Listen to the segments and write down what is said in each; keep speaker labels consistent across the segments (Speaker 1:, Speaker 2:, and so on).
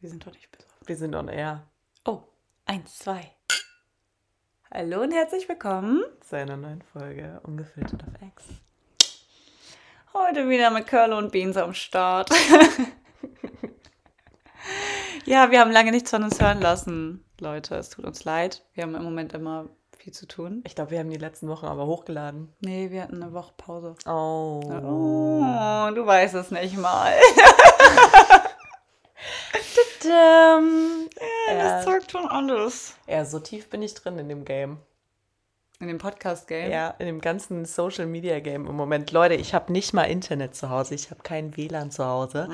Speaker 1: Wir sind doch nicht besoffen.
Speaker 2: Wir sind on air
Speaker 1: Oh, eins, zwei. Hallo und herzlich willkommen.
Speaker 2: zu einer neuen Folge Ungefiltert auf Ex.
Speaker 1: Heute wieder mit Curl und Beans am Start. ja, wir haben lange nichts von uns hören lassen, Leute. Es tut uns leid. Wir haben im Moment immer viel zu tun.
Speaker 2: Ich glaube, wir haben die letzten Wochen aber hochgeladen.
Speaker 1: Nee, wir hatten eine Woche Pause.
Speaker 2: Oh.
Speaker 1: Oh, du weißt es nicht mal.
Speaker 2: Tudum.
Speaker 1: Das
Speaker 2: Er,
Speaker 1: zeigt schon alles.
Speaker 2: er, so tief bin ich drin in dem Game.
Speaker 1: In dem Podcast-Game?
Speaker 2: Ja, in dem ganzen Social Media Game im Moment. Leute, ich habe nicht mal Internet zu Hause. Ich habe kein WLAN zu Hause.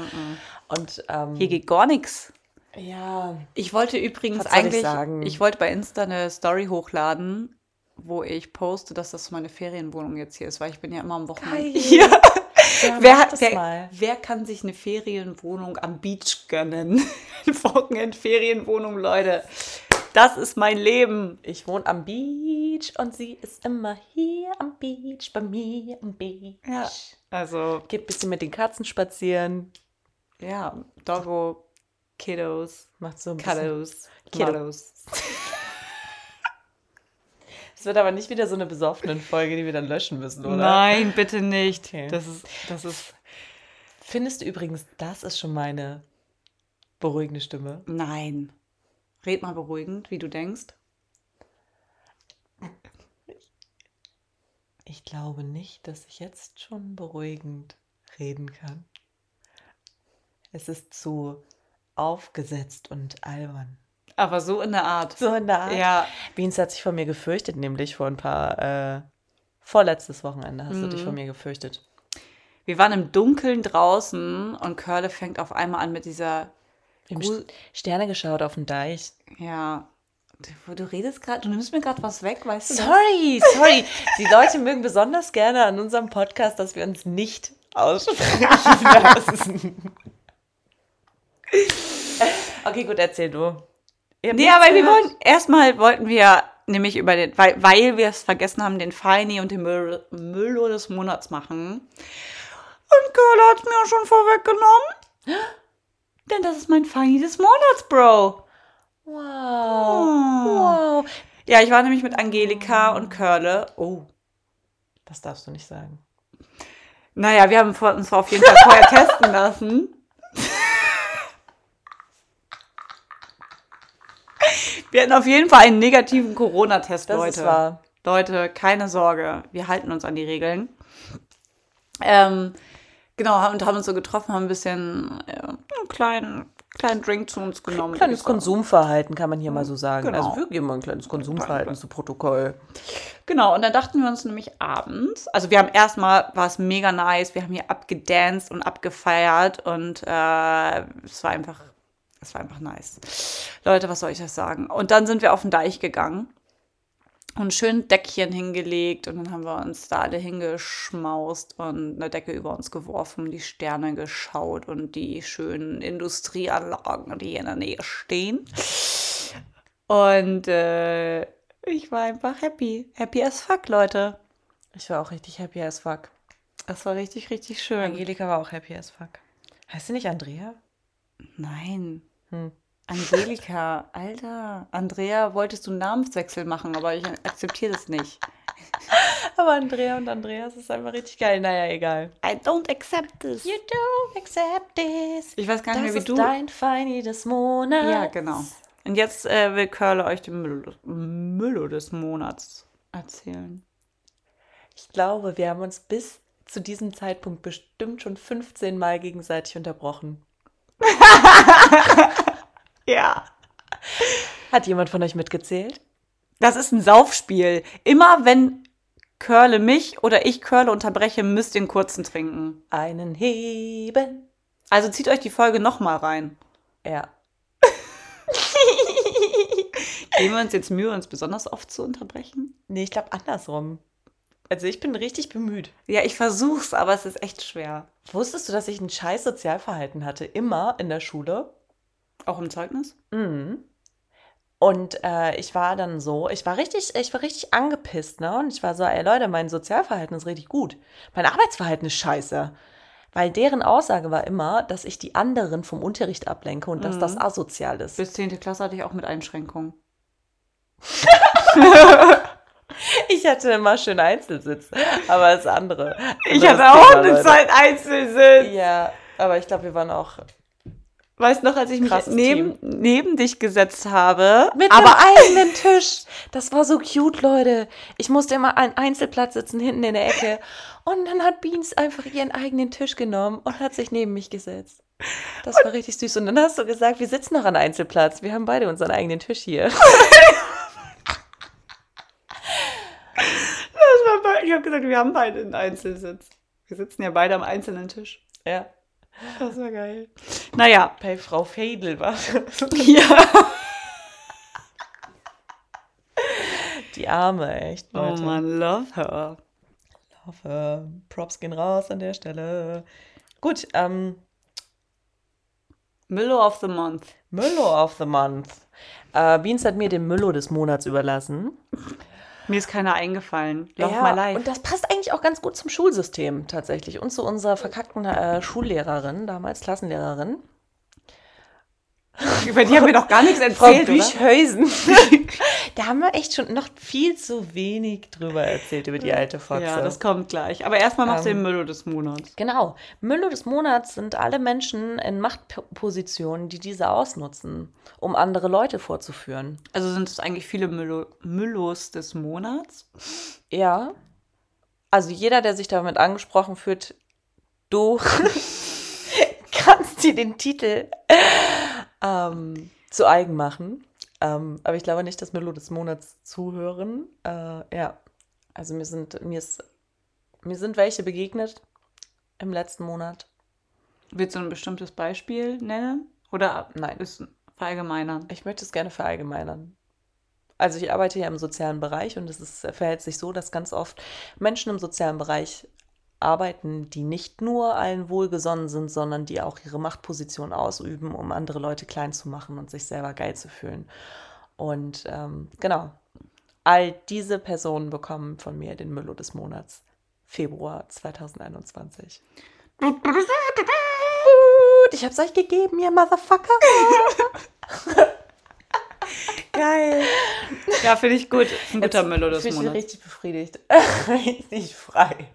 Speaker 2: Und ähm,
Speaker 1: Hier geht gar nichts.
Speaker 2: ja,
Speaker 1: Ich wollte übrigens
Speaker 2: Was soll ich
Speaker 1: eigentlich,
Speaker 2: sagen?
Speaker 1: ich wollte bei Insta eine Story hochladen, wo ich poste, dass das meine Ferienwohnung jetzt hier ist, weil ich bin ja immer am Wochenende
Speaker 2: Geil.
Speaker 1: hier.
Speaker 2: ja,
Speaker 1: Wer,
Speaker 2: mach
Speaker 1: hat,
Speaker 2: das
Speaker 1: wer,
Speaker 2: mal.
Speaker 1: wer kann sich eine Ferienwohnung am Beach gönnen? Eine Wochenend-Ferienwohnung, Leute. Das ist mein Leben.
Speaker 2: Ich wohne am Beach und sie ist immer hier am Beach, bei mir am Beach.
Speaker 1: Ja. Also,
Speaker 2: Geht ein bisschen mit den Katzen spazieren,
Speaker 1: ja, Doggo, Kiddos,
Speaker 2: macht so ein bisschen.
Speaker 1: Kiddos,
Speaker 2: Kiddo.
Speaker 1: Kiddos.
Speaker 2: Es wird aber nicht wieder so eine besoffenen Folge, die wir dann löschen müssen, oder?
Speaker 1: Nein, bitte nicht.
Speaker 2: Okay.
Speaker 1: Das ist, das ist,
Speaker 2: Findest du übrigens, das ist schon meine beruhigende Stimme?
Speaker 1: nein. Red mal beruhigend, wie du denkst.
Speaker 2: Ich glaube nicht, dass ich jetzt schon beruhigend reden kann. Es ist zu aufgesetzt und albern.
Speaker 1: Aber so in der Art.
Speaker 2: So in der Art.
Speaker 1: Ja,
Speaker 2: Beans hat sich vor mir gefürchtet, nämlich vor ein paar, äh, vorletztes Wochenende hast du
Speaker 1: Mhm.
Speaker 2: dich vor mir gefürchtet.
Speaker 1: wir waren im Dunkeln draußen und Curle fängt auf einmal an mit dieser,
Speaker 2: Wir haben
Speaker 1: Gru-
Speaker 2: St- Sterne geschaut auf den Deich.
Speaker 1: ja, du, du redest gerade, du nimmst mir gerade was weg, weißt du? das?
Speaker 2: Sorry, sorry. Die Leute mögen besonders gerne an unserem Podcast, dass wir uns nicht aussprechen lassen. okay, gut, erzähl du. Ihr habt
Speaker 1: Nee,
Speaker 2: nichts
Speaker 1: aber wir
Speaker 2: gehört?
Speaker 1: wollen, erstmal wollten wir nämlich über den, weil, weil wir es vergessen haben, den Feini und den Müll, Müllo des Monats machen. Und Curle hat es mir schon vorweggenommen. Denn das ist mein Feini des Monats, Bro. Oh.
Speaker 2: Wow. Wow.
Speaker 1: Ja, ich war nämlich mit Angelika und Curle. Oh,
Speaker 2: Das darfst du nicht sagen.
Speaker 1: Naja, wir haben vor- uns auf jeden Fall vorher testen lassen. Wir hatten auf jeden Fall einen negativen Corona-Test,
Speaker 2: Das
Speaker 1: Leute.
Speaker 2: ist wahr.
Speaker 1: Leute, keine Sorge, wir halten uns an die Regeln. Ähm, genau, und haben uns so getroffen, haben ein bisschen äh, einen kleinen, kleinen Drink zu uns genommen.
Speaker 2: Ein kleines
Speaker 1: würde ich sagen.
Speaker 2: Konsumverhalten kann man hier mal so sagen.
Speaker 1: Genau.
Speaker 2: Also wir geben mal ein kleines Konsumverhalten zu Protokoll.
Speaker 1: Genau, und dann dachten wir uns nämlich abends, also wir haben erstmal, war es mega nice, wir haben hier abgedanced und abgefeiert und äh, es war einfach, es war einfach nice. Leute, was soll ich das sagen? Und dann sind wir auf den Deich gegangen und schön ein Deckchen hingelegt und dann haben wir uns da alle hingeschmaust und eine Decke über uns geworfen, die Sterne geschaut und die schönen Industrieanlagen, die hier in der Nähe stehen. Und äh, ich war einfach happy. Happy as fuck, Leute.
Speaker 2: Ich war auch richtig happy as fuck.
Speaker 1: Das war richtig, richtig schön.
Speaker 2: Angelika war auch happy as fuck. Heißt sie nicht Andrea?
Speaker 1: Nein.
Speaker 2: Hm.
Speaker 1: Angelika, Alter. Andrea, wolltest du einen Namenswechsel machen, aber ich akzeptiere das nicht.
Speaker 2: Aber Andrea und Andreas ist einfach richtig geil. Naja, egal.
Speaker 1: I don't accept this.
Speaker 2: You don't accept this.
Speaker 1: Ich weiß gar nicht mehr,
Speaker 2: Das
Speaker 1: wie
Speaker 2: ist
Speaker 1: du.
Speaker 2: dein Feini des Monats.
Speaker 1: Ja, genau. Und jetzt äh, will Curle euch den Müll, Müll des Monats erzählen.
Speaker 2: Ich glaube, wir haben uns bis zu diesem Zeitpunkt bestimmt schon 15 Mal gegenseitig unterbrochen.
Speaker 1: Ja.
Speaker 2: Hat jemand von euch mitgezählt?
Speaker 1: Das ist ein Saufspiel. Immer wenn Curle mich oder ich Curle unterbreche, müsst ihr einen kurzen trinken.
Speaker 2: Einen heben.
Speaker 1: Also zieht euch die Folge nochmal rein.
Speaker 2: Ja.
Speaker 1: Geben wir uns jetzt Mühe, uns besonders oft zu unterbrechen?
Speaker 2: Nee, ich glaube andersrum. Also ich bin richtig bemüht.
Speaker 1: Ja, ich versuch's, aber es ist echt schwer.
Speaker 2: Wusstest du, dass ich ein scheiß Sozialverhalten hatte? Immer in der Schule.
Speaker 1: Auch im Zeugnis?
Speaker 2: Mhm. Und äh, ich war dann so, ich war richtig, ich war richtig angepisst, ne? Und ich war so, ey Leute, mein Sozialverhalten ist richtig gut. Mein Arbeitsverhalten ist scheiße. Weil deren Aussage war immer, dass ich die anderen vom Unterricht ablenke und dass
Speaker 1: Mhm.
Speaker 2: das asozial ist.
Speaker 1: Bis 10. Klasse hatte ich auch mit Einschränkungen.
Speaker 2: Ich hatte immer schön Einzelsitz, aber das andere.
Speaker 1: Ich
Speaker 2: anderes
Speaker 1: hatte auch
Speaker 2: Thema,
Speaker 1: eine
Speaker 2: Leute.
Speaker 1: Zeit Einzelsitz.
Speaker 2: Ja, aber ich glaube, wir waren auch
Speaker 1: Weißt du noch, als ich mich
Speaker 2: Krasses
Speaker 1: neben, neben dich gesetzt habe?
Speaker 2: Mit
Speaker 1: aber
Speaker 2: einem eigenen Tisch. Das war so cute, Leute. Ich musste immer an Einzelplatz sitzen, hinten in der Ecke. Und dann hat Beans einfach ihren eigenen Tisch genommen und hat sich neben mich gesetzt. Das war richtig süß. Und dann hast du gesagt, wir sitzen noch an Einzelplatz. Wir haben beide unseren eigenen Tisch hier.
Speaker 1: das war be- ich habe gesagt, wir haben beide einen Einzelsitz. Wir sitzen ja beide am einzelnen Tisch.
Speaker 2: Ja.
Speaker 1: Das war geil. Naja.
Speaker 2: Bei Frau Fädel war das.
Speaker 1: Ja.
Speaker 2: Die Arme, echt,
Speaker 1: Oh
Speaker 2: Leute.
Speaker 1: man, love her.
Speaker 2: Ich hoffe, Props gehen raus an der Stelle. Gut, ähm,
Speaker 1: Milo of the Month.
Speaker 2: Müllo of the Month. Äh, Beans hat mir den Müllo des Monats überlassen.
Speaker 1: Mir ist keiner eingefallen. Love my
Speaker 2: Und
Speaker 1: life.
Speaker 2: das passt eigentlich auch ganz gut zum Schulsystem tatsächlich und zu unserer verkackten äh, Schullehrerin, damals Klassenlehrerin.
Speaker 1: Über die haben wir noch gar nichts
Speaker 2: Frau
Speaker 1: erzählt, oder?
Speaker 2: Büchhäusen. da haben wir echt schon noch viel zu wenig drüber erzählt, über die alte Foxe.
Speaker 1: Ja, das kommt gleich. Aber erstmal machst
Speaker 2: Ähm,
Speaker 1: du den Milo des Monats.
Speaker 2: genau. Müll des Monats sind alle Menschen in Machtpositionen, die diese ausnutzen, um andere Leute vorzuführen.
Speaker 1: Also sind es eigentlich viele Milo Milos des Monats?
Speaker 2: Ja. Also jeder, der sich damit angesprochen fühlt, du kannst dir den Titel ähm, zu eigen machen. Ähm, aber ich glaube nicht, dass Melo des Monats zuhören. Äh, ja. Also mir sind, mir ist, mir sind welche begegnet im letzten Monat.
Speaker 1: Willst du ein bestimmtes Beispiel nennen? Oder
Speaker 2: Nein.
Speaker 1: ist verallgemeinern?
Speaker 2: Ich möchte es gerne verallgemeinern. Also ich arbeite ja im sozialen Bereich und es ist, verhält sich so, dass ganz oft Menschen im sozialen Bereich arbeiten, die nicht nur allen wohlgesonnen sind, sondern die auch ihre Machtposition ausüben, um andere Leute klein zu machen und sich selber geil zu fühlen. Und ähm, genau, all diese Personen bekommen von mir den Müllo des Monats, Februar 2021. Gut, ich hab's euch gegeben, ihr Motherfucker.
Speaker 1: Geil. Ja, finde ich gut. Ein guter
Speaker 2: Jetzt
Speaker 1: Müller des
Speaker 2: fühle ich mich
Speaker 1: Monats.
Speaker 2: richtig befriedigt. richtig frei.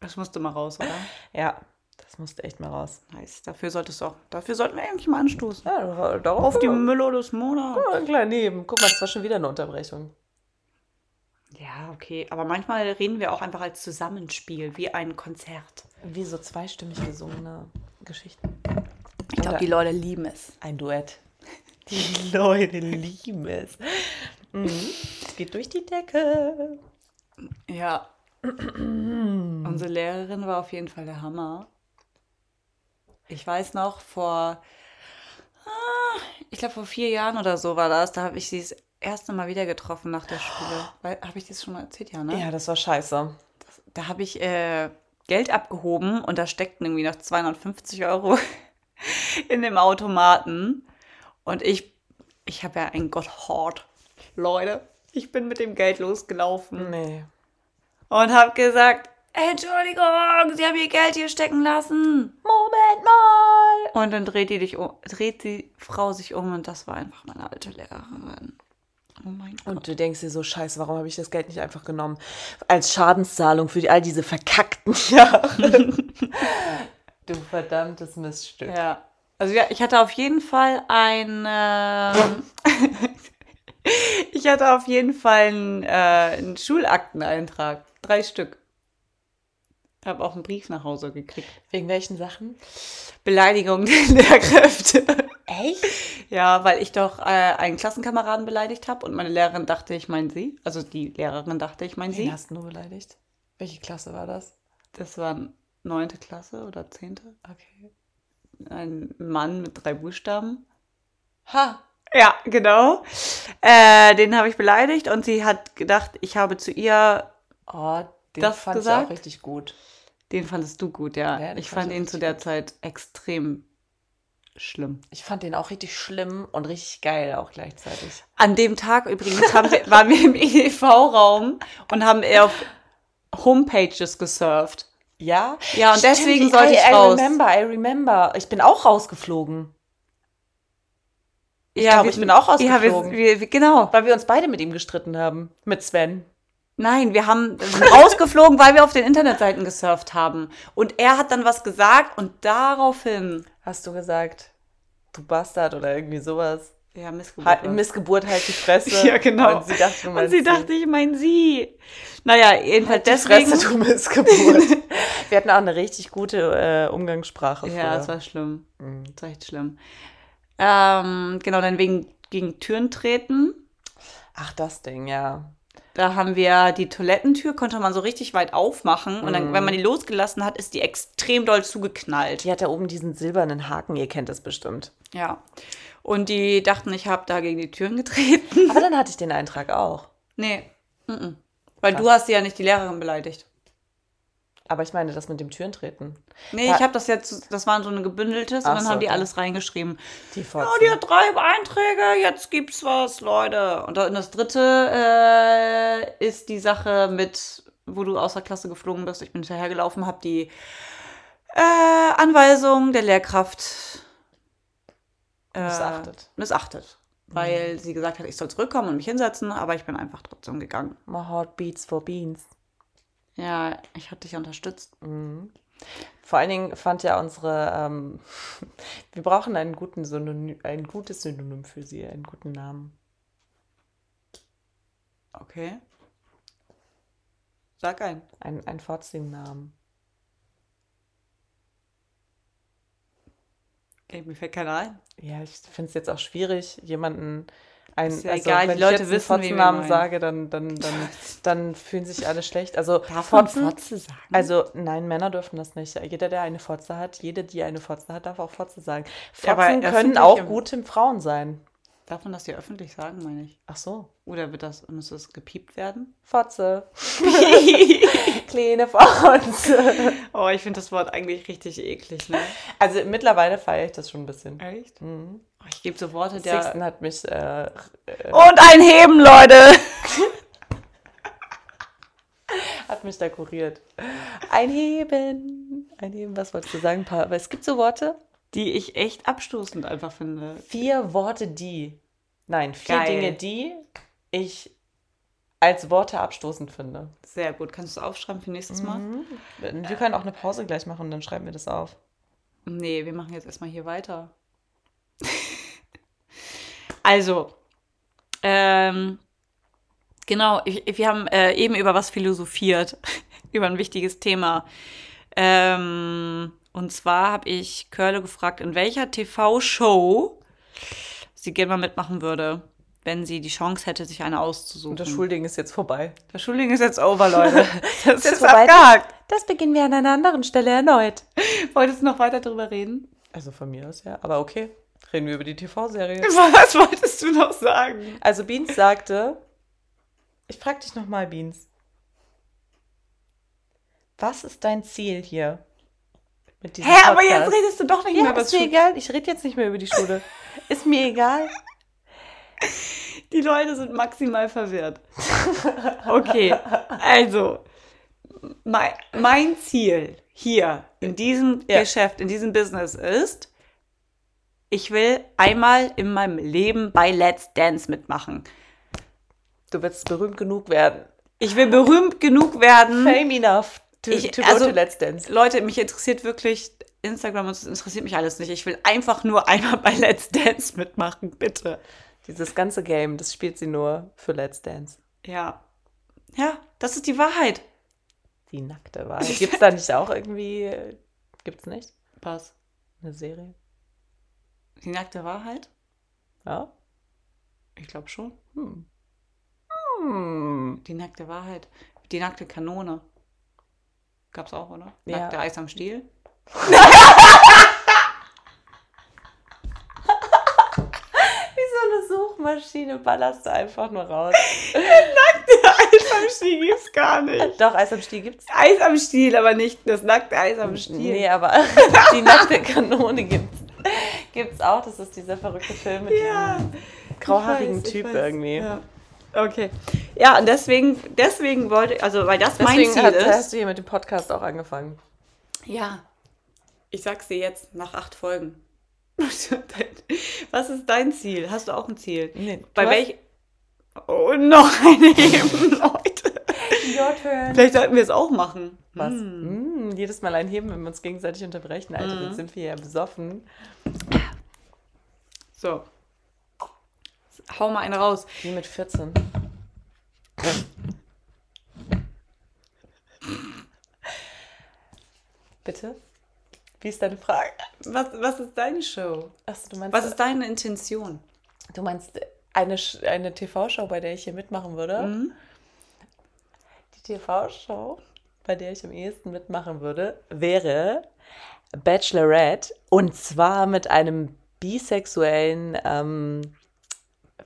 Speaker 1: Das musste mal raus, oder?
Speaker 2: Ja, das musste echt mal raus.
Speaker 1: Nice. Dafür solltest du auch. Dafür sollten wir eigentlich mal anstoßen.
Speaker 2: Ja, darauf
Speaker 1: Auf die Müller des Monats.
Speaker 2: klein neben. Guck mal, es war schon wieder eine Unterbrechung.
Speaker 1: Ja, okay. Aber manchmal reden wir auch einfach als Zusammenspiel, wie ein Konzert.
Speaker 2: Wie so zweistimmig gesungene Geschichten.
Speaker 1: Ich glaube,
Speaker 2: Oder-
Speaker 1: die Leute lieben es.
Speaker 2: Ein Duett. Die Leute lieben es. Mhm. Es geht durch die Decke.
Speaker 1: Ja. Unsere Lehrerin war auf jeden Fall der Hammer. Ich weiß noch, vor, ah, ich glaube, vor vier Jahren oder so war das. Da habe ich sie das erste Mal wieder getroffen nach der Schule. Weil- Habe ich das schon mal erzählt, ja, ne?
Speaker 2: Ja, das war scheiße.
Speaker 1: Da habe ich äh, Geld abgehoben und da steckten irgendwie noch 250 Euro in dem Automaten. Und ich, ich habe ja einen Gott Hort. Leute, ich bin mit dem Geld losgelaufen
Speaker 2: Nee.
Speaker 1: und habe gesagt, Entschuldigung, Sie haben Ihr Geld hier stecken lassen.
Speaker 2: Moment mal!
Speaker 1: Und dann dreht die, dich um, dreht die Frau sich um und das war einfach meine alte Lehrerin. Oh mein Gott.
Speaker 2: Und du denkst dir so, scheiße, warum habe ich das Geld nicht einfach genommen? Als Schadenszahlung für die, all diese verkackten Jahre. du verdammtes Missstück.
Speaker 1: Ja. Also ja, ich hatte auf jeden Fall ein. ähm, ich hatte auf jeden Fall einen, äh, einen Schulakteneintrag. Drei Stück. Habe auch einen Brief nach Hause gekriegt.
Speaker 2: Wegen welchen Sachen?
Speaker 1: Beleidigung der Lehrkräfte.
Speaker 2: Echt?
Speaker 1: Ja, weil ich doch äh, einen Klassenkameraden beleidigt habe und meine Lehrerin dachte, ich meine sie. Also die Lehrerin dachte, ich meine
Speaker 2: Wen
Speaker 1: sie.
Speaker 2: hast du beleidigt? Welche Klasse war das?
Speaker 1: Das war neunte Klasse oder zehnte.
Speaker 2: Okay.
Speaker 1: Ein Mann mit drei Buchstaben.
Speaker 2: Ha!
Speaker 1: Ja, genau. Äh, den habe ich beleidigt und sie hat gedacht, ich habe zu ihr,
Speaker 2: Oh, den
Speaker 1: Das
Speaker 2: fand ich
Speaker 1: gesagt?
Speaker 2: auch richtig gut.
Speaker 1: den fandest du gut, ja.
Speaker 2: Ja, den
Speaker 1: ich
Speaker 2: fand
Speaker 1: fand
Speaker 2: ich
Speaker 1: ihn zu
Speaker 2: richtig
Speaker 1: der Zeit extrem schlimm.
Speaker 2: Ich fand den auch richtig schlimm und richtig geil auch gleichzeitig.
Speaker 1: An dem Tag übrigens haben wir, E waren wir im EDV-Raum und haben eher auf Homepages gesurft.
Speaker 2: Ja?
Speaker 1: Ja, und
Speaker 2: Stimmt,
Speaker 1: deswegen sollte
Speaker 2: I,
Speaker 1: ich
Speaker 2: I
Speaker 1: raus.
Speaker 2: remember, I remember. Ich bin auch rausgeflogen.
Speaker 1: ja,
Speaker 2: glaube, ich bin auch
Speaker 1: Ja, wir,
Speaker 2: rausgeflogen.
Speaker 1: wir, wir, genau.
Speaker 2: Weil wir uns beide mit ihm gestritten haben. Mit Sven.
Speaker 1: Nein, wir haben wir sind rausgeflogen, weil wir auf den Internetseiten gesurft haben. Und er hat dann was gesagt und daraufhin.
Speaker 2: Hast du gesagt, du Bastard oder irgendwie sowas.
Speaker 1: Ja, Missgeburt.
Speaker 2: Halt,
Speaker 1: war es.
Speaker 2: Missgeburt, halt die Fresse.
Speaker 1: Ja, genau.
Speaker 2: Und sie dachte, du
Speaker 1: und
Speaker 2: meinst
Speaker 1: sie dachte, ich meine sie. Naja, jedenfalls
Speaker 2: halt die
Speaker 1: deswegen.
Speaker 2: Fresse, du Missgeburt. wir hatten auch eine richtig gute äh, Umgangssprache.
Speaker 1: ja, das
Speaker 2: früher.
Speaker 1: war schlimm.
Speaker 2: Mhm.
Speaker 1: Das war echt schlimm. Ähm, genau, dann wegen gegen Türen treten.
Speaker 2: Ach, das Ding, ja.
Speaker 1: Da haben wir die Toilettentür, konnte man so richtig weit aufmachen. Und dann,
Speaker 2: Mhm.
Speaker 1: wenn man die losgelassen hat, ist die extrem doll zugeknallt.
Speaker 2: Die hat da oben diesen silbernen Haken, ihr kennt das bestimmt.
Speaker 1: Ja. Und die dachten, ich habe da gegen die Türen getreten.
Speaker 2: Aber dann hatte ich den Eintrag auch.
Speaker 1: Nee. mhm. Weil
Speaker 2: Krass.
Speaker 1: du hast ja nicht die Lehrerin beleidigt.
Speaker 2: Aber ich meine, das mit dem Türentreten.
Speaker 1: Nee,
Speaker 2: Ja.
Speaker 1: ich habe das jetzt, das waren so ein gebündeltes
Speaker 2: Ach
Speaker 1: und dann
Speaker 2: so,
Speaker 1: haben die
Speaker 2: okay.
Speaker 1: alles reingeschrieben.
Speaker 2: Die
Speaker 1: Ja,
Speaker 2: Fotzen.
Speaker 1: die hat drei Einträge, jetzt gibt's was, Leute. Und dann das dritte äh, ist die Sache mit, wo du aus der Klasse geflogen bist. Ich bin hinterhergelaufen, habe die äh, Anweisung der Lehrkraft äh,
Speaker 2: Missachtet.
Speaker 1: missachtet. Mhm. Weil sie gesagt hat, ich soll zurückkommen und mich hinsetzen, aber ich bin einfach trotzdem gegangen.
Speaker 2: My heart beats for beans.
Speaker 1: Ja, ich hatte dich unterstützt.
Speaker 2: Mhm. Vor allen Dingen fand ja unsere, ähm, wir brauchen einen guten Synonym, ein gutes Synonym für sie, einen guten Namen.
Speaker 1: Okay. Sag ein.
Speaker 2: Ein, ein fortzigen Namen.
Speaker 1: Okay, mir fällt keiner ein.
Speaker 2: Ja, ich finde es jetzt auch schwierig, jemanden also einen,
Speaker 1: Ist ja egal, die Leute
Speaker 2: einen
Speaker 1: wissen, wen wir
Speaker 2: Fotzennamen
Speaker 1: meinen.
Speaker 2: sage, dann, dann, dann, dann fühlen sich alle schlecht. Also
Speaker 1: Darf man
Speaker 2: Fotzen,
Speaker 1: Fotze sagen?
Speaker 2: also nein, Männer dürfen das nicht. Jeder, der eine Fotze hat, jede, die eine Fotze hat, darf auch Fotze sagen.
Speaker 1: Ja, aber
Speaker 2: Fotzen können
Speaker 1: öffentlich
Speaker 2: auch
Speaker 1: im-
Speaker 2: gute Frauen sein.
Speaker 1: Darf man das hier öffentlich sagen, meine ich?
Speaker 2: Ach so.
Speaker 1: Oder wird das, muss das gepiept werden?
Speaker 2: Fotze. Kleine Fotze.
Speaker 1: Oh, ich finde das Wort eigentlich richtig eklig, ne?
Speaker 2: Also mittlerweile feiere ich das schon ein bisschen.
Speaker 1: Echt?
Speaker 2: Mhm.
Speaker 1: Oh, ich gebe so Worte der.
Speaker 2: Sixten hat mich äh, äh,
Speaker 1: Und ein Heben, Leute!
Speaker 2: hat mich da kuriert. Einheben. Einheben, was wolltest du sagen? Paar, aber es gibt so Worte.
Speaker 1: Die ich echt abstoßend einfach finde.
Speaker 2: Vier Worte, die. Nein, vier
Speaker 1: Geil.
Speaker 2: Dinge, die ich als Worte abstoßend finde. Mhm.
Speaker 1: Sehr gut. Kannst du es aufschreiben für nächstes Mal?
Speaker 2: Wir können auch eine Pause gleich machen und dann schreiben wir das auf.
Speaker 1: Nee, wir machen jetzt erstmal hier weiter. also, ähm, genau, ich, wir haben äh, eben über was philosophiert, über ein wichtiges Thema. Ähm, und zwar habe ich Curle gefragt, in welcher TV-Show sie gerne mal mitmachen würde, wenn sie die Chance hätte, sich eine auszusuchen.
Speaker 2: Und das Schulding ist jetzt vorbei.
Speaker 1: das Schulding ist jetzt over, Leute. das
Speaker 2: jetzt
Speaker 1: ist
Speaker 2: vorbei?
Speaker 1: abgehakt.
Speaker 2: Das beginnen wir an einer anderen Stelle erneut.
Speaker 1: Wolltest du noch weiter drüber reden?
Speaker 2: Also von mir aus, ja. Aber okay, reden wir über die TV-Serie.
Speaker 1: Was wolltest du noch sagen?
Speaker 2: Also Beans sagte, ich frag dich nochmal, Beans. Was ist dein Ziel hier? Mit diesem
Speaker 1: Hä, aber jetzt
Speaker 2: Podcast?
Speaker 1: redest du doch nicht
Speaker 2: Ja,
Speaker 1: mehr über
Speaker 2: ist mir
Speaker 1: Schule.
Speaker 2: egal. Ich rede jetzt nicht mehr über die Schule. ist mir egal.
Speaker 1: Die Leute sind maximal verwirrt. Okay, also, mein, mein Ziel hier in diesem
Speaker 2: Ja.
Speaker 1: Geschäft, in diesem Business ist, ich will einmal in meinem Leben bei Let's Dance mitmachen.
Speaker 2: Du wirst berühmt genug werden.
Speaker 1: Ich will berühmt genug werden.
Speaker 2: Fame enough to,
Speaker 1: Ich-
Speaker 2: to
Speaker 1: also-
Speaker 2: go to Let's Dance.
Speaker 1: Leute, mich interessiert wirklich Instagram und es interessiert mich alles nicht. Ich will einfach nur einmal bei Let's Dance mitmachen, bitte.
Speaker 2: Dieses ganze Game, das spielt sie nur für Let's Dance.
Speaker 1: Ja. Ja, das ist die Wahrheit.
Speaker 2: Die nackte Wahrheit. Gibt's da nicht auch irgendwie, äh, gibt's nicht?
Speaker 1: Was?
Speaker 2: Eine Serie?
Speaker 1: Die nackte Wahrheit?
Speaker 2: Ja?
Speaker 1: Ich glaube schon.
Speaker 2: Hm. Hm.
Speaker 1: Die nackte Wahrheit. Die nackte Kanone. Gab's auch, oder?
Speaker 2: Ja.
Speaker 1: Nackte Eis am Stiel.
Speaker 2: Wie so eine Suchmaschine ballerst du einfach nur raus.
Speaker 1: Eis am Stiel gibt's gar nicht.
Speaker 2: Doch, Eis am Stiel gibt's.
Speaker 1: Eis am Stiel, aber nicht das nackte Eis am Stiel.
Speaker 2: Nee, aber die nackte Kanone gibt's. Gibt's auch. Das ist dieser verrückte Film mit
Speaker 1: Ja.
Speaker 2: diesem grauhaarigen
Speaker 1: Ich weiß, ich
Speaker 2: Typ
Speaker 1: weiß.
Speaker 2: irgendwie.
Speaker 1: Ja. Okay. Ja, und deswegen, deswegen wollte, also weil das mein
Speaker 2: Deswegen
Speaker 1: Ziel
Speaker 2: hat,
Speaker 1: ist.
Speaker 2: hast du hier mit dem Podcast auch angefangen.
Speaker 1: Ja. Ich sag's dir jetzt nach acht Folgen. Was ist dein Ziel? Hast du auch ein Ziel?
Speaker 2: Nee, du
Speaker 1: Bei
Speaker 2: hast-
Speaker 1: welch? Oh, noch eine Heben, Leute.
Speaker 2: Your turn.
Speaker 1: Vielleicht sollten wir es auch machen.
Speaker 2: Was?
Speaker 1: Hm.
Speaker 2: Mm, jedes Mal ein Heben, wenn wir uns gegenseitig unterbrechen. Alter,
Speaker 1: Mm.
Speaker 2: dann sind wir ja besoffen.
Speaker 1: So. Hau mal einen raus.
Speaker 2: Wie mit 14. Bitte? Wie ist deine Frage?
Speaker 1: Was, was ist deine Show?
Speaker 2: Achso, du meinst, äh,
Speaker 1: Was ist deine Intention?
Speaker 2: du meinst eine, Sch- eine TV-Show, bei der ich hier mitmachen würde?
Speaker 1: Hm?
Speaker 2: Die TV-Show, bei der ich am ehesten mitmachen würde, wäre Bachelorette. Und zwar mit einem bisexuellen, ähm,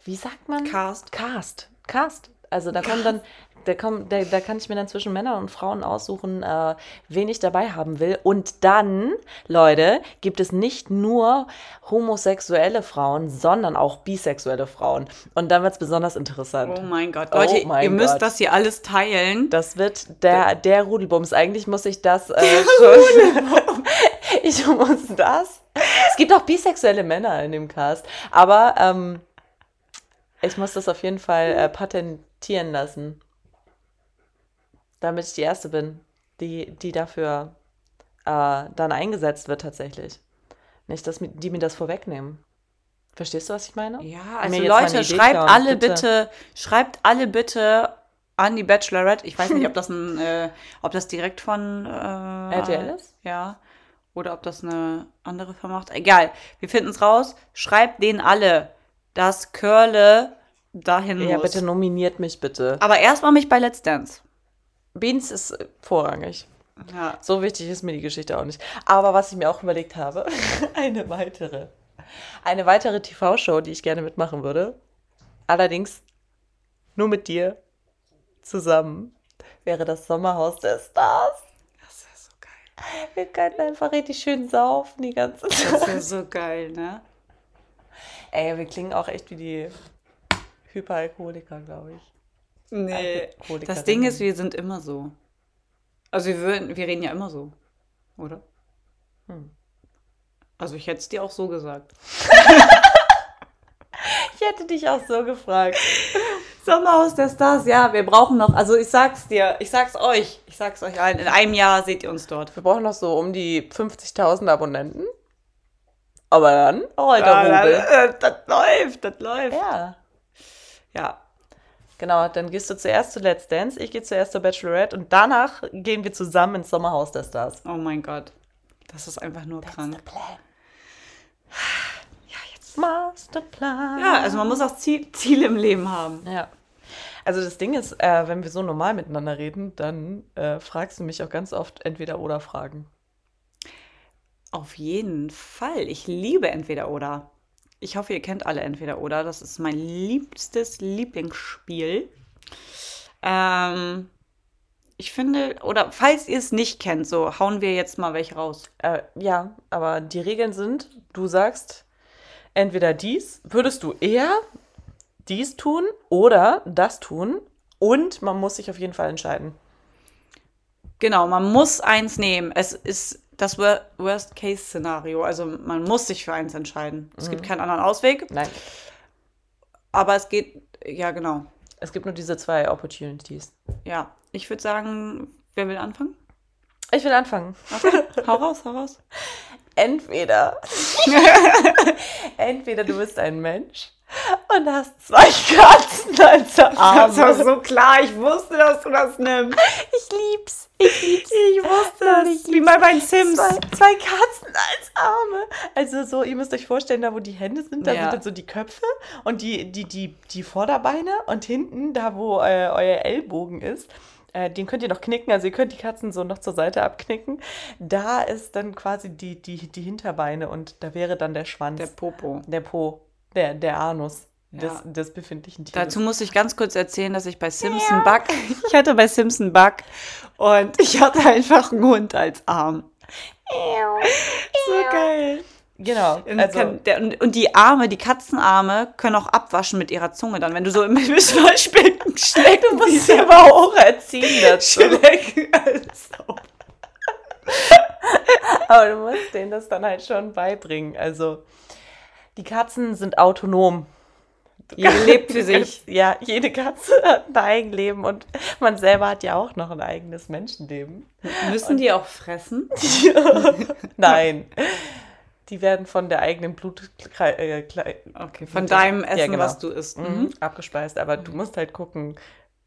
Speaker 2: wie sagt man?
Speaker 1: Cast.
Speaker 2: Cast. Cast. Also da kommen dann, da, kommen, da, da kann ich mir dann zwischen Männern und Frauen aussuchen, äh, wen ich dabei haben will. Und dann, Leute, gibt es nicht nur homosexuelle Frauen, sondern auch bisexuelle Frauen. Und dann wird es besonders interessant.
Speaker 1: Oh mein Gott.
Speaker 2: Oh
Speaker 1: Leute,
Speaker 2: mein
Speaker 1: ihr müsst
Speaker 2: Gott.
Speaker 1: das hier alles teilen.
Speaker 2: Das wird der, der Rudelbums. Eigentlich muss ich das äh, schon. ich muss das. Es gibt auch bisexuelle Männer in dem Cast. Aber ähm, ich muss das auf jeden Fall äh, patentieren lassen. Damit ich die Erste bin, die, die dafür äh, dann eingesetzt wird, tatsächlich. Nicht, dass mi- die mir das vorwegnehmen. Verstehst du, was ich meine?
Speaker 1: Ja, also
Speaker 2: jetzt mal eine
Speaker 1: Leute,
Speaker 2: Idee
Speaker 1: schreibt
Speaker 2: klauen,
Speaker 1: alle bitte.
Speaker 2: bitte.
Speaker 1: schreibt alle bitte an die Bachelorette. Ich weiß nicht, ob das ein, äh, ob das direkt von äh,
Speaker 2: RTL ist?
Speaker 1: Ja. Oder ob das eine andere Firma macht. Egal. Wir finden es raus. Schreibt denen alle, dass Curle dahin
Speaker 2: Ja,
Speaker 1: muss.
Speaker 2: bitte nominiert mich bitte.
Speaker 1: Aber erstmal mich bei Let's Dance.
Speaker 2: Beans ist äh, vorrangig.
Speaker 1: Ja.
Speaker 2: So wichtig ist mir die Geschichte auch nicht. Aber was ich mir auch überlegt habe, eine weitere. Eine weitere TV-Show, die ich gerne mitmachen würde. Allerdings nur mit dir zusammen. Wäre das Sommerhaus der Stars.
Speaker 1: Das ist so geil.
Speaker 2: Wir könnten einfach richtig schön saufen die ganze Zeit.
Speaker 1: Das ist so geil, ne?
Speaker 2: Ey, wir klingen auch echt wie die Hyperalkoholiker, glaube ich.
Speaker 1: Nee.
Speaker 2: Alkoholikerinnen.
Speaker 1: Das Ding ist, wir sind immer so. Also wir, würden, wir reden ja immer so, oder?
Speaker 2: Hm.
Speaker 1: Also ich hätte es dir auch so gesagt.
Speaker 2: Ich hätte dich auch so gefragt.
Speaker 1: Sommerhaus der Stars, ja, wir brauchen noch, also ich sag's dir, ich sag's euch, ich sag's euch allen, in einem Jahr seht ihr uns dort.
Speaker 2: Wir brauchen noch so um die 50.000 Abonnenten. Aber dann, oh,
Speaker 1: Ja,
Speaker 2: alter Rubel.
Speaker 1: Ah, das, äh, das läuft, das läuft. Ja.
Speaker 2: Ja. Genau, dann gehst du zuerst zu Let's Dance, ich gehe zuerst zur Bachelorette und danach gehen wir zusammen ins Sommerhaus der Stars.
Speaker 1: oh mein Gott, das ist einfach nur krank.
Speaker 2: Masterplan.
Speaker 1: Ja, also man muss auch Ziel, Ziele im Leben haben.
Speaker 2: Ja. Also das Ding ist, äh, wenn wir so normal miteinander reden, dann äh, fragst du mich auch ganz oft entweder oder Fragen.
Speaker 1: Auf jeden Fall, ich liebe Entweder-Oder. Ich hoffe, ihr kennt alle Entweder-Oder, das ist mein liebstes Lieblingsspiel. Ähm, ich finde, oder falls ihr es nicht kennt, so hauen wir jetzt mal welche raus.
Speaker 2: Äh, ja, aber die Regeln sind, du sagst entweder dies, würdest du eher dies tun oder das tun und man muss sich auf jeden Fall entscheiden.
Speaker 1: Genau, man muss eins nehmen. Es ist das Wor- Worst-Case-Szenario. Also man muss sich für eins entscheiden. Es gibt keinen anderen Ausweg,
Speaker 2: Nein,
Speaker 1: aber es geht, ja genau.
Speaker 2: es gibt nur diese zwei Opportunities.
Speaker 1: Ja, ich würde sagen, wer will anfangen?
Speaker 2: Ich will anfangen.
Speaker 1: Okay, hau raus, hau raus.
Speaker 2: Entweder, entweder du bist ein Mensch und hast zwei Katzen als Arme.
Speaker 1: so klar, ich wusste, dass du das nimmst.
Speaker 2: Ich lieb's, ich lieb's.
Speaker 1: Ich wusste
Speaker 2: das.
Speaker 1: Wie mal bei den Sims.
Speaker 2: Zwei, zwei Katzen als Arme. Also so, ihr müsst euch vorstellen, da wo die Hände sind, da
Speaker 1: Ja.
Speaker 2: sind dann so die Köpfe und die, die, die, die Vorderbeine und hinten, da wo äh, euer Ellbogen ist, äh, den könnt ihr noch knicken, also ihr könnt die Katzen so noch zur Seite abknicken. Da ist dann quasi die, die, die Hinterbeine und da wäre dann der Schwanz,
Speaker 1: Der
Speaker 2: der,
Speaker 1: Popo.
Speaker 2: Po, der, der Anus
Speaker 1: Ja.
Speaker 2: des, des befindlichen Tieres.
Speaker 1: Dazu muss ich ganz kurz erzählen, dass ich bei Simpson Bug, ich hatte bei Simpson Bug und ich hatte einfach einen Hund als Arm. So geil.
Speaker 2: Genau.
Speaker 1: Und,
Speaker 2: also,
Speaker 1: kann, der, und, und die Arme, die Katzenarme, können auch abwaschen mit ihrer Zunge dann, wenn du so im Beispiel schlägst.
Speaker 2: du musst sie aber auch erziehen dazu.
Speaker 1: Schlecken. Also,
Speaker 2: Aber du musst denen das dann halt schon beibringen. Also, die Katzen sind autonom.
Speaker 1: jede lebt für sich.
Speaker 2: Ja, jede Katze hat ein Eigenleben und man selber hat ja auch noch ein eigenes Menschenleben.
Speaker 1: Müssen die auch fressen?
Speaker 2: Nein. Die werden von der eigenen Blut äh, klei-
Speaker 1: Okay, von
Speaker 2: Mit-
Speaker 1: deinem
Speaker 2: ja,
Speaker 1: Essen,
Speaker 2: genau.
Speaker 1: was du isst. Mhm.
Speaker 2: mhm. abgespeist. Aber du musst halt gucken,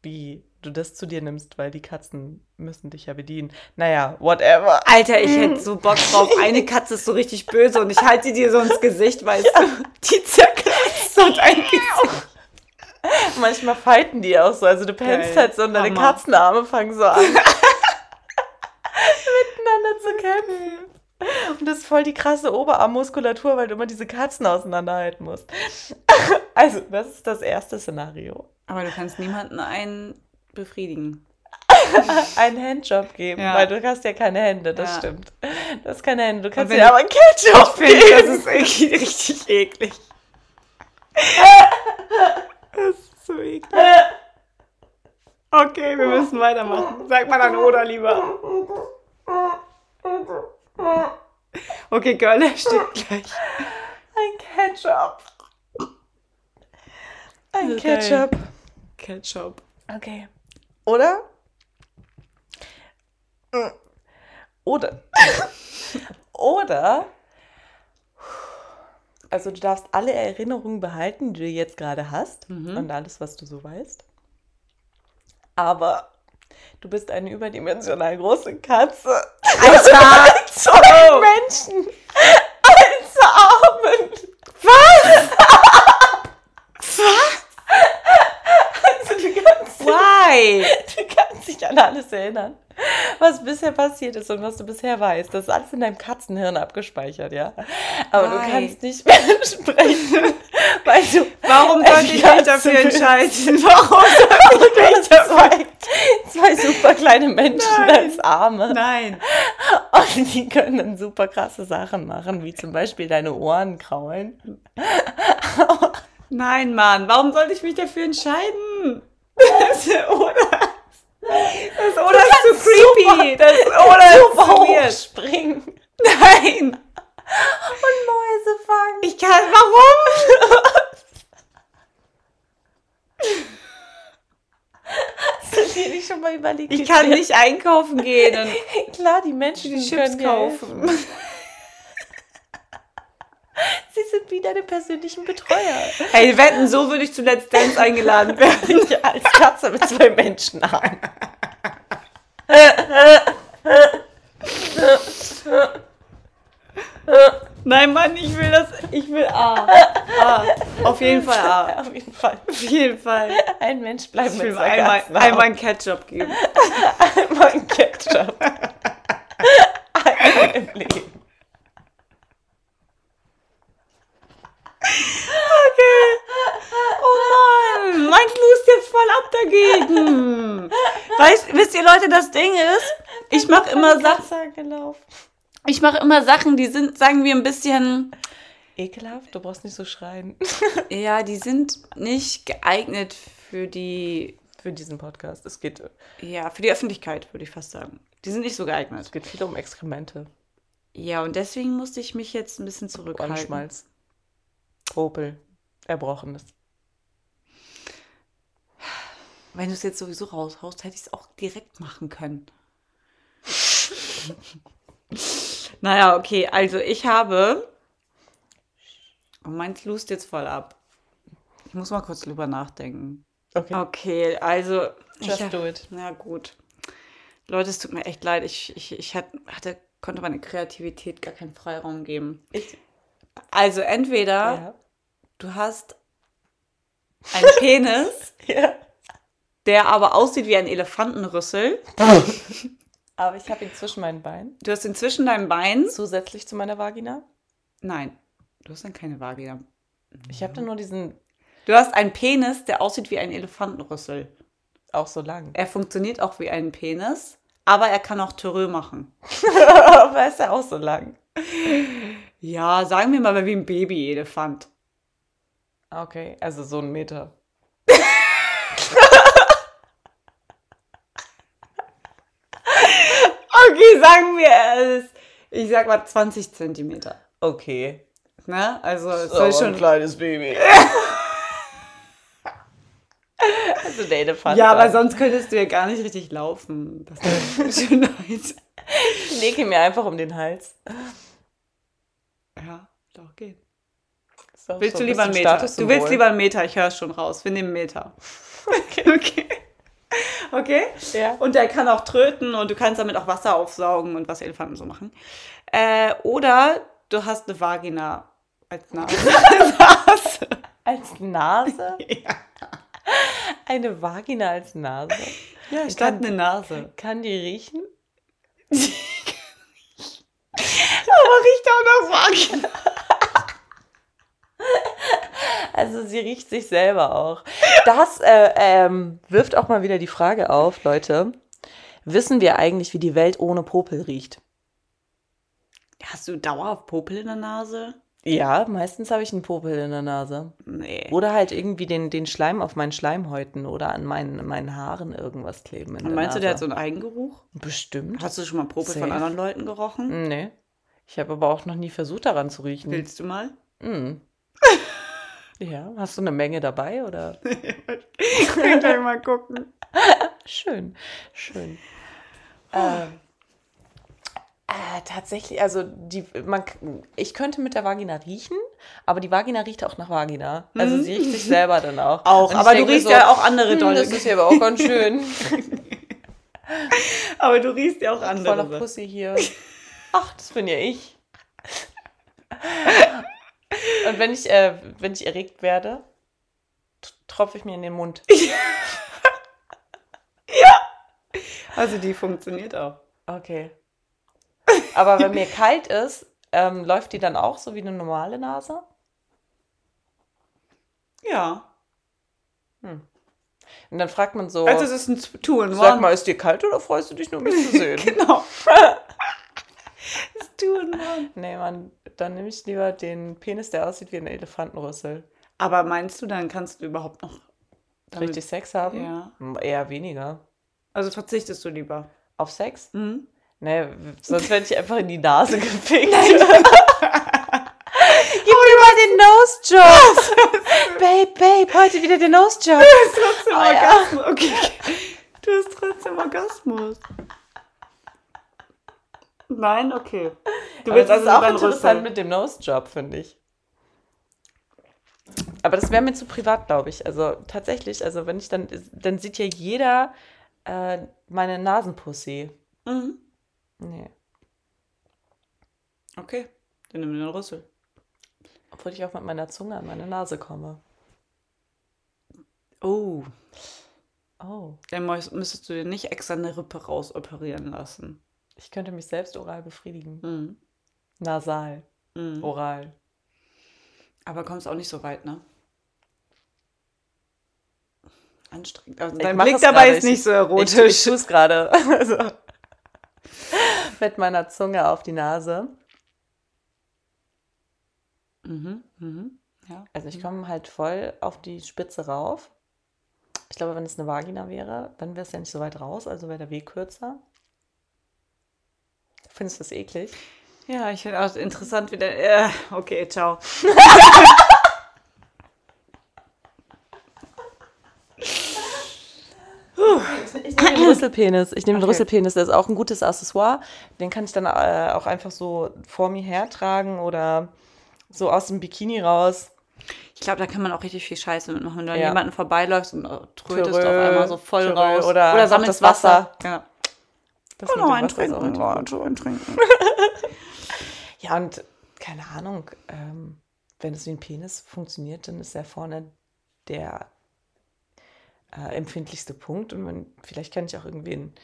Speaker 2: wie du das zu dir nimmst, weil die Katzen müssen dich ja bedienen. Naja, whatever.
Speaker 1: Alter, ich hätte so Bock drauf. Eine Katze ist so richtig böse und ich halte die dir so ins Gesicht, weißt du? Die zerkratzt so dein Gesicht.
Speaker 2: Manchmal fighten die auch so. Also du pennst
Speaker 1: Geil.
Speaker 2: halt so und deine
Speaker 1: Hammer.
Speaker 2: Katzenarme fangen so an. miteinander zu kämpfen. Und das ist voll die krasse Oberarmmuskulatur, weil du immer diese Katzen auseinanderhalten musst. Also, das ist das erste Szenario.
Speaker 1: Aber du kannst niemanden einen befriedigen.
Speaker 2: Einen Handjob geben,
Speaker 1: Ja.
Speaker 2: weil du hast ja keine Hände, das
Speaker 1: Ja.
Speaker 2: stimmt. Du hast keine Hände, du kannst
Speaker 1: wenn-
Speaker 2: dir aber einen Ketchup
Speaker 1: Ich finde, das
Speaker 2: geben.
Speaker 1: ist irgendwie richtig eklig. Das ist so eklig. Okay, wir müssen weitermachen. Sag mal an Oder lieber. Okay, Girl, er steht gleich.
Speaker 2: Ein Ketchup. Ein
Speaker 1: Okay.
Speaker 2: Ketchup.
Speaker 1: Ketchup.
Speaker 2: Okay. Oder? Mm. Oder. Oder. Also du darfst alle Erinnerungen behalten, die du jetzt gerade hast
Speaker 1: Mhm.
Speaker 2: und alles, was du so weißt. Aber du bist eine überdimensional große Katze.
Speaker 1: Alter!
Speaker 2: So oh. Menschen. Als Armen. Was? Also du kannst
Speaker 1: Why?
Speaker 2: Du kannst dich an alles erinnern, was bisher passiert ist und was du bisher weißt. Das ist alles in deinem Katzenhirn abgespeichert, ja. Aber du
Speaker 1: Why?
Speaker 2: kannst nicht mehr sprechen, weil du
Speaker 1: Warum sollte ich mich
Speaker 2: Katze
Speaker 1: dafür
Speaker 2: bist.
Speaker 1: entscheiden? Warum sollte ich mich dafür
Speaker 2: zwei, zwei super kleine Menschen
Speaker 1: Nein.
Speaker 2: als Arme.
Speaker 1: Nein.
Speaker 2: Und die können dann super krasse Sachen machen, wie zum Beispiel deine Ohren kraulen.
Speaker 1: Nein, Mann. Warum sollte ich mich dafür entscheiden?
Speaker 2: Oh.
Speaker 1: Das ist oder. Das oder ist zu creepy. Das
Speaker 2: Super
Speaker 1: oder ist zu weird.
Speaker 2: hochspringen und
Speaker 1: Nein.
Speaker 2: Mäuse fangen.
Speaker 1: Ich kann. Warum?
Speaker 2: Hast du dir nicht schon mal überlegt?
Speaker 1: Ich
Speaker 2: wie
Speaker 1: kann
Speaker 2: schwer-
Speaker 1: nicht einkaufen gehen. Und
Speaker 2: Klar, die Menschen
Speaker 1: Die Chips
Speaker 2: können dir
Speaker 1: kaufen.
Speaker 2: helfen. Sie sind wie deine persönlichen Betreuer.
Speaker 1: hey, wetten, so würde ich zu Let's Dance eingeladen werden.
Speaker 2: Ja, als Katze mit zwei Menschen an.
Speaker 1: Nein, Mann, ich will das. Ich will A. A. Auf jeden Fall A.
Speaker 2: Auf jeden Fall.
Speaker 1: Auf jeden Fall.
Speaker 2: Ein Mensch bleibt
Speaker 1: Ich
Speaker 2: mit
Speaker 1: will
Speaker 2: zwei
Speaker 1: einmal,
Speaker 2: Katzen.
Speaker 1: einmal einen Ketchup geben.
Speaker 2: einmal ein Ketchup. Einmal im Leben.
Speaker 1: Oh Mann, mein Clou ist jetzt voll ab dagegen. Weißt, wisst ihr Leute, das Ding ist, ich mache immer, Sach
Speaker 2: Katze gelaufen.
Speaker 1: ich mach immer Sachen, die sind, sagen wir, ein bisschen,
Speaker 2: Ekelhaft, du brauchst nicht so schreien.
Speaker 1: ja, die sind nicht geeignet für die,
Speaker 2: Für diesen Podcast. Es geht,
Speaker 1: ja, für die Öffentlichkeit, würde ich fast sagen. Die sind nicht so geeignet.
Speaker 2: es geht viel um Exkremente.
Speaker 1: Ja, und deswegen musste ich mich jetzt ein bisschen zurückhalten.
Speaker 2: Ohrenschmalz. Popel. Erbrochenes.
Speaker 1: Wenn du es jetzt sowieso raushaust, hätte ich es auch direkt machen können. naja, okay, also ich habe. Oh, meins lust jetzt voll ab. Ich muss mal kurz drüber nachdenken.
Speaker 2: Okay.
Speaker 1: Okay, also.
Speaker 2: Just
Speaker 1: ich,
Speaker 2: do it.
Speaker 1: Na gut. Leute, es tut mir echt leid. Ich, ich, ich hat- hatte, konnte meiner Kreativität gar keinen Freiraum geben.
Speaker 2: Ich,
Speaker 1: Also entweder
Speaker 2: ja.
Speaker 1: du hast einen Penis,
Speaker 2: ja.
Speaker 1: der aber aussieht wie ein Elefantenrüssel.
Speaker 2: Aber ich habe ihn zwischen meinen Beinen.
Speaker 1: Du hast ihn zwischen deinen Beinen.
Speaker 2: Zusätzlich zu meiner Vagina.
Speaker 1: Nein, du hast dann keine Vagina.
Speaker 2: Ich habe dann nur diesen
Speaker 1: Du hast einen Penis, der aussieht wie ein Elefantenrüssel.
Speaker 2: auch so lang.
Speaker 1: Er funktioniert auch wie ein Penis, aber er kann auch Terreux machen.
Speaker 2: Aber ist er auch so lang.
Speaker 1: Ja, sagen wir mal wie ein Babyelefant.
Speaker 2: Okay, also so ein Meter.
Speaker 1: Okay, sagen wir es. Ich sag mal 20 Zentimeter.
Speaker 2: Okay.
Speaker 1: Ne? Also es
Speaker 2: So
Speaker 1: soll
Speaker 2: schon ein
Speaker 1: schon.
Speaker 2: kleines Baby. also der Elefant.
Speaker 1: Ja, aber
Speaker 2: dann.
Speaker 1: sonst könntest du ja gar nicht richtig laufen. Das ist schon nice.
Speaker 2: Ich lege ihn mir einfach um den Hals.
Speaker 1: Ja, doch geht.
Speaker 2: Ist auch
Speaker 1: Willst
Speaker 2: so
Speaker 1: du lieber einen
Speaker 2: bisschen
Speaker 1: Meter? Du
Speaker 2: Statussymbol.
Speaker 1: willst lieber einen Meter, ich höre schon raus. Wir nehmen einen Meter. Okay. okay. Okay?
Speaker 2: Ja.
Speaker 1: Und der kann auch tröten und du kannst damit auch Wasser aufsaugen und was Elefanten so machen. Äh, oder du hast eine Vagina als Nase.
Speaker 2: Als Nase?
Speaker 1: ja.
Speaker 2: Eine Vagina als Nase?
Speaker 1: ja,
Speaker 2: kann-
Speaker 1: statt eine Nase.
Speaker 2: Kann die riechen?
Speaker 1: Aber riecht auch nach Vagina.
Speaker 2: Also sie riecht sich selber auch. Das äh, ähm, wirft auch mal wieder die Frage auf, Leute. Wissen wir eigentlich, wie die Welt ohne Popel riecht?
Speaker 1: Hast du dauerhaft Popel in der Nase?
Speaker 2: Ja, meistens habe ich einen Popel in der Nase.
Speaker 1: Nee.
Speaker 2: Oder halt irgendwie den, den Schleim auf meinen Schleimhäuten oder an meinen, meinen Haaren irgendwas kleben.
Speaker 1: Und
Speaker 2: In der
Speaker 1: meinst
Speaker 2: Nase.
Speaker 1: du, der hat so einen Eigengeruch?
Speaker 2: Bestimmt.
Speaker 1: Hast du schon mal Popel von
Speaker 2: Safe.
Speaker 1: anderen Leuten gerochen?
Speaker 2: Nee. Ich habe aber auch noch nie versucht, daran zu riechen.
Speaker 1: Willst du mal?
Speaker 2: Mm. ja, hast du eine Menge dabei oder?
Speaker 1: Ich kann gleich mal gucken.
Speaker 2: Schön, schön.
Speaker 1: Ah.
Speaker 2: Ähm, äh, tatsächlich, also die, man, k- ich könnte mit der Vagina riechen, aber die Vagina riecht auch nach Vagina. Also sie riecht sich selber dann auch.
Speaker 1: Mhm. Auch,
Speaker 2: Und ich
Speaker 1: aber du
Speaker 2: denke
Speaker 1: riechst
Speaker 2: so,
Speaker 1: ja auch andere
Speaker 2: hm,
Speaker 1: dolle.
Speaker 2: Das ist hier aber auch ganz schön.
Speaker 1: Aber du riechst ja auch
Speaker 2: Voll auf
Speaker 1: andere.
Speaker 2: Pussy hier. Ach, das bin ja ich. Und wenn ich, äh, wenn ich erregt werde, t- tropfe ich mir in den Mund.
Speaker 1: Also die funktioniert auch.
Speaker 2: Okay. Aber wenn mir kalt ist, ähm, läuft die dann auch so wie eine normale Nase?
Speaker 1: Ja.
Speaker 2: Und dann fragt man so,
Speaker 1: Also es ist ein Two-in-One.
Speaker 2: sag mal, ist dir kalt oder freust du dich nur, mich zu sehen?
Speaker 1: Genau. das Two-in-One.
Speaker 2: nee, Mann, dann nehme ich lieber den Penis, der aussieht wie ein Elefantenrüssel.
Speaker 1: Aber meinst du, dann kannst du überhaupt noch damit-
Speaker 2: Richtig Sex haben?
Speaker 1: Ja.
Speaker 2: Hm, Eher weniger.
Speaker 1: Also verzichtest du lieber.
Speaker 2: Auf Sex?
Speaker 1: Mhm.
Speaker 2: Nee, w- sonst werde ich einfach in die Nase gefickt. Gib mir mal den Nose-Job. babe, babe, heute wieder den Nose-Job.
Speaker 1: Du hast trotzdem
Speaker 2: Ah, ja.
Speaker 1: Orgasmus. Okay. Du hast trotzdem Orgasmus. Nein, okay. Du
Speaker 2: Du willst
Speaker 1: willst also
Speaker 2: das ist auch
Speaker 1: lieber einen
Speaker 2: interessant
Speaker 1: Rüssel.
Speaker 2: mit dem Nose-Job, finde ich. Aber das wäre mir zu privat, glaube ich. Also tatsächlich, also wenn ich dann, dann sieht ja jeder äh, meine Nasenpussy.
Speaker 1: Mhm.
Speaker 2: Nee.
Speaker 1: Okay. Dann nimm den Rüssel.
Speaker 2: Obwohl ich auch mit meiner Zunge an meine Nase komme.
Speaker 1: Oh.
Speaker 2: Oh,
Speaker 1: Dann müsst- müsstest du dir nicht extra eine Rippe rausoperieren lassen.
Speaker 2: ich könnte mich selbst oral befriedigen.
Speaker 1: Mhm.
Speaker 2: Nasal,
Speaker 1: Mhm.
Speaker 2: oral.
Speaker 1: Aber kommst auch nicht so weit, ne? Anstrengend. Also
Speaker 2: Ich
Speaker 1: dein
Speaker 2: mach
Speaker 1: Blick
Speaker 2: es
Speaker 1: dabei
Speaker 2: gerade,
Speaker 1: ist
Speaker 2: ich-
Speaker 1: nicht so
Speaker 2: Ich, ich
Speaker 1: erotisch.
Speaker 2: tue es gerade. also, mit meiner Zunge auf die Nase.
Speaker 1: mhm. Mhm. Ja.
Speaker 2: Also ich komme halt voll auf die Spitze rauf. Ich glaube, wenn es eine Vagina wäre, dann wäre es ja nicht so weit raus, also wäre der Weg kürzer. Findest du das eklig?
Speaker 1: ja, ich finde auch interessant wieder. Äh, okay, ciao.
Speaker 2: Ich nehme den Rüsselpenis. Ich nehme den
Speaker 1: Okay.
Speaker 2: Rüsselpenis, der ist auch ein gutes Accessoire. Den kann ich dann äh, auch einfach so vor mir hertragen oder so aus dem Bikini raus.
Speaker 1: Ich glaube, da kann man auch richtig viel Scheiße mitmachen, wenn du an
Speaker 2: Ja.
Speaker 1: jemanden vorbeiläufst und äh, trötest
Speaker 2: Törö,
Speaker 1: auf einmal so voll
Speaker 2: Törö
Speaker 1: raus.
Speaker 2: oder einfach das Wasser.
Speaker 1: Ja.
Speaker 2: Das
Speaker 1: Oh,
Speaker 2: mit
Speaker 1: noch
Speaker 2: dem
Speaker 1: einen
Speaker 2: Wasser ist auch
Speaker 1: trinken.
Speaker 2: gut.
Speaker 1: Ja, so einen trinken.
Speaker 2: Ja, und keine Ahnung, ähm, wenn es wie ein Penis funktioniert, dann ist er vorne der äh, empfindlichste Punkt und man, vielleicht kann ich auch irgendwie einen,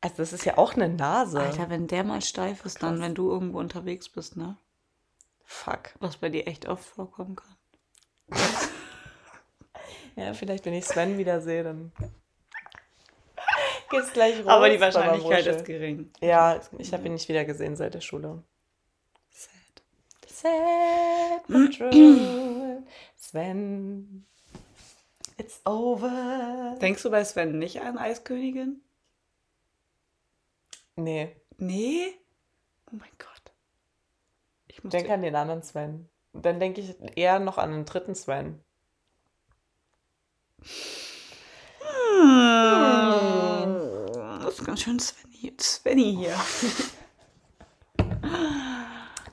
Speaker 2: also das ist ja auch eine Nase.
Speaker 1: Alter, wenn der mal steif ist, dann,
Speaker 2: Krass.
Speaker 1: wenn du irgendwo unterwegs bist, ne?
Speaker 2: Fuck.
Speaker 1: Was bei dir echt oft vorkommen kann.
Speaker 2: Ja, vielleicht wenn ich Sven wieder sehe, dann geht's gleich raus.
Speaker 1: Aber die
Speaker 2: Baba
Speaker 1: Wahrscheinlichkeit
Speaker 2: Bursche.
Speaker 1: ist gering.
Speaker 2: Ja, ich habe ihn nicht wieder gesehen seit der Schule.
Speaker 1: Sad.
Speaker 2: Sad. Sad Patrol. Sven. It's over.
Speaker 1: Denkst du bei Sven nicht an Eiskönigin?
Speaker 2: Nee,
Speaker 1: Nee? Oh mein Gott. Ich muss
Speaker 2: denk
Speaker 1: dir-
Speaker 2: an den anderen Sven. Dann denke ich eher noch an den dritten Sven.
Speaker 1: Hm. Das ist ganz schön Svenny, Svenny hier.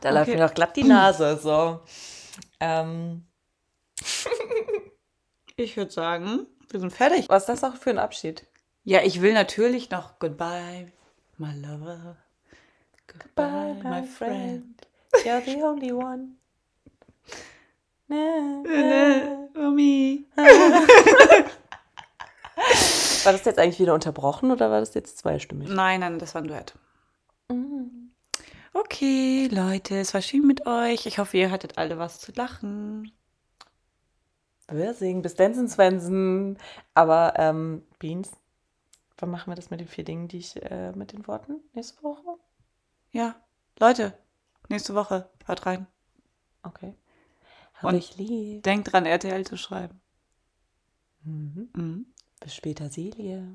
Speaker 2: Da läuft
Speaker 1: Okay.
Speaker 2: mir noch glatt die Nase. So. Ähm,
Speaker 1: Ich würde sagen, wir sind fertig.
Speaker 2: was ist das auch für ein Abschied?
Speaker 1: Ja, ich will natürlich noch Goodbye, my lover. Goodbye, my friend.
Speaker 2: You're the only one. Äh,
Speaker 1: Äh, ne, Mami.
Speaker 2: War das jetzt eigentlich wieder unterbrochen oder war das jetzt zweistimmig?
Speaker 1: Nein, nein, das war ein Duett.
Speaker 2: Mhm.
Speaker 1: Okay, Leute, es war schön mit euch. Ich hoffe, ihr hattet alle was zu lachen.
Speaker 2: Wir singen bis Densen Svensen. Aber ähm, Beans, wann machen wir das mit den vier Dingen, die ich äh, mit den Worten nächste Woche?
Speaker 1: Ja, Leute, nächste Woche hört rein.
Speaker 2: Okay. Hab
Speaker 1: Und-
Speaker 2: ich lieb.
Speaker 1: Denkt dran, RTL zu schreiben.
Speaker 2: Mhm.
Speaker 1: Mhm.
Speaker 2: Bis später, Selie.